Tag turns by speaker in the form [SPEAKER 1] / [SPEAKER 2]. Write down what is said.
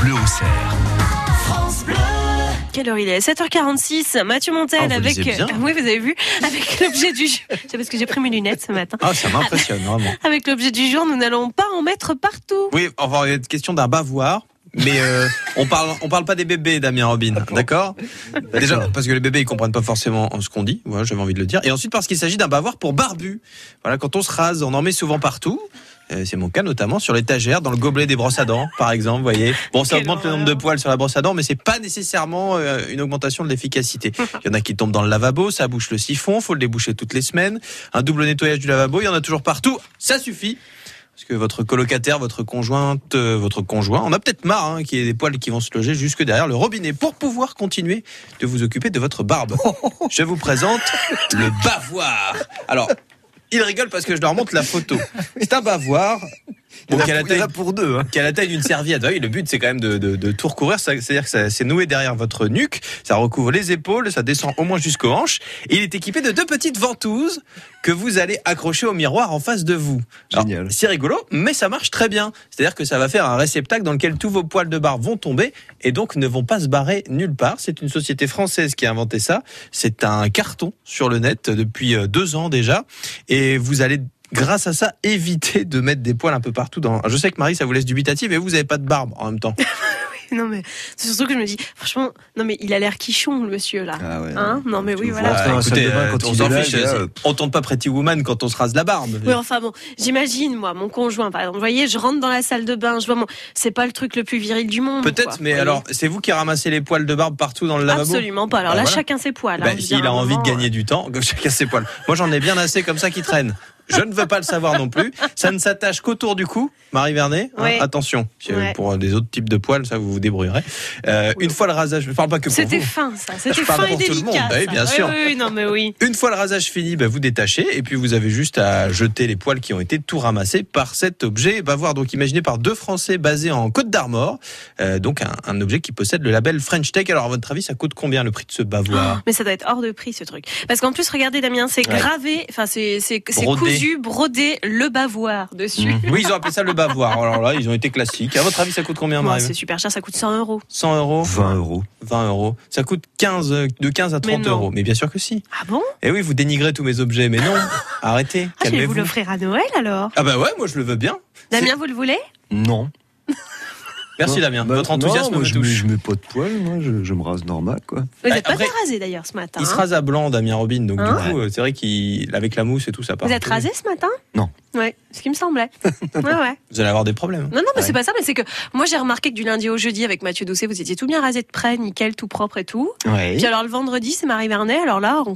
[SPEAKER 1] Bleu Auxerre.
[SPEAKER 2] Quelle heure il est 7h46, Mathieu Montel
[SPEAKER 3] Ah, vous
[SPEAKER 2] avec.
[SPEAKER 3] lisez bien.
[SPEAKER 2] Oui, vous avez vu, avec l'objet du jour. C'est parce que j'ai pris mes lunettes ce matin.
[SPEAKER 3] Ah, ça m'impressionne vraiment.
[SPEAKER 2] Avec l'objet du jour, nous n'allons pas en mettre partout.
[SPEAKER 3] Oui, enfin, il y a une question d'un bavoir. Mais euh, on parle, on parle pas des bébés, Damien Robin, d'accord Bah, Déjà parce que les bébés ils comprennent pas forcément euh, ce qu'on dit. Voilà, j'avais envie de le dire. Et ensuite parce qu'il s'agit d'un bavoir pour barbu. Voilà, quand on se rase, on en met souvent partout. Euh, C'est mon cas notamment sur l'étagère, dans le gobelet des brosses à dents, par exemple. vous Voyez, bon, ça
[SPEAKER 2] Quelle
[SPEAKER 3] augmente le nombre de
[SPEAKER 2] horreur.
[SPEAKER 3] poils sur la brosse à dents, mais c'est pas nécessairement euh, une augmentation de l'efficacité. Il y en a qui tombent dans le lavabo, ça bouche le siphon, faut le déboucher toutes les semaines. Un double nettoyage du lavabo, il y en a toujours partout. Ça suffit. Parce que votre colocataire, votre conjointe, euh, votre conjoint, on a peut-être marre hein, qu'il y ait des poils qui vont se loger jusque derrière le robinet pour pouvoir continuer de vous occuper de votre barbe. Je vous présente le bavoir. Alors, il rigole parce que je leur montre la photo. C'est un bavoir.
[SPEAKER 4] Il y en
[SPEAKER 3] bon,
[SPEAKER 4] a
[SPEAKER 3] qui a la
[SPEAKER 4] pour- il y en
[SPEAKER 3] taille-
[SPEAKER 4] a pour deux. hein.
[SPEAKER 3] qui a la taille d'une serviette. Ah Oui, le but, c'est quand même de, de, de tout recouvrir. Ça- C'est-à-dire que ça s'est noué derrière votre nuque, ça recouvre les épaules, ça descend au moins jusqu'aux hanches. Et il est équipé de deux petites ventouses que vous allez accrocher au miroir en face de vous. Alors,
[SPEAKER 4] Génial.
[SPEAKER 3] C'est rigolo, mais ça marche très bien. C'est-à-dire que ça va faire un réceptacle dans lequel tous vos poils de barbe vont tomber et donc ne vont pas se barrer nulle part. C'est une société française qui a inventé ça. C'est un carton sur le net depuis euh, deux ans déjà. Et vous allez grâce à ça, éviter de mettre des poils un peu partout. Dans... Je sais que Marie, ça vous laisse dubitative, et vous n'avez pas de barbe en même temps.
[SPEAKER 2] Non, mais c'est surtout que je me dis, franchement, non, mais il a l'air quichon, le monsieur, là.
[SPEAKER 4] Ah ouais.
[SPEAKER 2] Hein Non, mais
[SPEAKER 4] Tu
[SPEAKER 2] oui,
[SPEAKER 4] vois,
[SPEAKER 2] voilà.
[SPEAKER 4] c'est dans la salle de bain, quand
[SPEAKER 3] on
[SPEAKER 4] il
[SPEAKER 3] s'en
[SPEAKER 4] est là,
[SPEAKER 3] fiche.
[SPEAKER 4] il est là,
[SPEAKER 3] c'est-
[SPEAKER 4] euh,
[SPEAKER 3] on tente pas Pretty Woman quand on se rase la barbe.
[SPEAKER 2] Oui, enfin bon, j'imagine, moi, mon conjoint, par exemple. Vous voyez, je rentre dans la salle de bain, je vois mon. C'est pas le truc le plus viril du monde. quoi.
[SPEAKER 3] Peut-être, mais
[SPEAKER 2] Vous voyez
[SPEAKER 3] alors, c'est vous qui ramassez les poils de barbe partout dans le lavabo
[SPEAKER 2] Absolument pas. Alors
[SPEAKER 3] Bah,
[SPEAKER 2] là,
[SPEAKER 3] voilà.
[SPEAKER 2] chacun ses poils.
[SPEAKER 3] Bah,
[SPEAKER 2] hein, je veux
[SPEAKER 3] S'il
[SPEAKER 2] dire, à
[SPEAKER 3] a
[SPEAKER 2] un
[SPEAKER 3] envie de
[SPEAKER 2] moment,
[SPEAKER 3] gagner du temps, comme chacun ses poils. Moi, j'en ai bien assez comme ça qui traîne. Je ne veux pas le savoir non plus. Ça ne s'attache qu'autour du cou, Marie Vernet. hein,
[SPEAKER 2] Ouais.
[SPEAKER 3] attention, Si, euh,
[SPEAKER 2] Ouais.
[SPEAKER 3] pour euh, des autres types de poils, ça vous vous débrouillerez. Euh, une fois le rasage, je ne parle pas que pour
[SPEAKER 2] C'était
[SPEAKER 3] vous.
[SPEAKER 2] fin, ça. C'était
[SPEAKER 3] Je parle
[SPEAKER 2] fin et
[SPEAKER 3] pour tout le monde,
[SPEAKER 2] délicat.
[SPEAKER 3] bah oui,
[SPEAKER 2] ça.
[SPEAKER 3] bien sûr.
[SPEAKER 2] Oui, oui, non, mais oui.
[SPEAKER 3] Une fois le rasage fini, bah, vous détachez et puis vous avez juste à jeter les poils qui ont été tout ramassés par cet objet bavard, donc imaginé par deux Français basés en Côte d'Armor, euh, donc un, un objet qui possède le label French Tech. Alors à votre avis, ça coûte combien le prix de ce bavoir
[SPEAKER 2] Mais ça doit être hors de prix ce truc. Parce qu'en plus, regardez Damien, c'est
[SPEAKER 3] Ouais.
[SPEAKER 2] gravé, enfin c'est c'est c'est
[SPEAKER 3] Brodé.
[SPEAKER 2] cousu, brodé, le bavoir dessus.
[SPEAKER 3] Mhm. Oui, ils ont appelé ça le bavoir. Alors là, ils ont été classiques. À votre avis, ça coûte combien,
[SPEAKER 2] Bon,
[SPEAKER 3] Marie
[SPEAKER 2] c'est super cher, ça coûte 100 euros.
[SPEAKER 3] 100 euros
[SPEAKER 4] 20 euros.
[SPEAKER 3] 20 euros. Ça coûte 15, euh, de 15 à
[SPEAKER 2] Mais
[SPEAKER 3] 30
[SPEAKER 2] non.
[SPEAKER 3] euros. Mais bien sûr que si.
[SPEAKER 2] Ah bon
[SPEAKER 3] Eh oui, vous dénigrez tous mes objets, mais non. Arrêtez.
[SPEAKER 2] Ah, je vais vous
[SPEAKER 3] Calmez-vous.
[SPEAKER 2] l'offrir à Noël alors.
[SPEAKER 3] Ah bah ouais, moi je le veux bien.
[SPEAKER 2] Damien, vous le voulez
[SPEAKER 4] Non.
[SPEAKER 3] Merci
[SPEAKER 4] Non,
[SPEAKER 3] Damien.
[SPEAKER 4] bah,
[SPEAKER 3] Votre enthousiasme
[SPEAKER 4] non, moi,
[SPEAKER 3] me
[SPEAKER 4] je mets-
[SPEAKER 3] touche.
[SPEAKER 4] Je mets pas de poils, moi, je, je me rase normal, quoi.
[SPEAKER 2] Vous
[SPEAKER 3] Bah,
[SPEAKER 2] n'êtes pas
[SPEAKER 3] après-
[SPEAKER 2] fait raser d'ailleurs ce matin.
[SPEAKER 3] Il se
[SPEAKER 2] hein.
[SPEAKER 3] rase à blanc, Damien Robin. Donc,
[SPEAKER 2] Hein
[SPEAKER 3] du coup, euh, c'est vrai qu'avec la mousse et tout, ça part.
[SPEAKER 2] Vous êtes rasé ce matin
[SPEAKER 4] Non.
[SPEAKER 2] Ouais, ce qui me semblait. ouais, ouais.
[SPEAKER 3] Vous allez avoir des problèmes.
[SPEAKER 2] Non, non, mais
[SPEAKER 4] Ouais.
[SPEAKER 2] c'est pas ça, mais c'est que moi j'ai remarqué que du lundi au jeudi avec Mathieu Doucet, vous étiez tout bien rasé de près, nickel, tout propre et tout.
[SPEAKER 4] Ouais.
[SPEAKER 2] Puis alors le vendredi, c'est Marie Vernet, alors là, on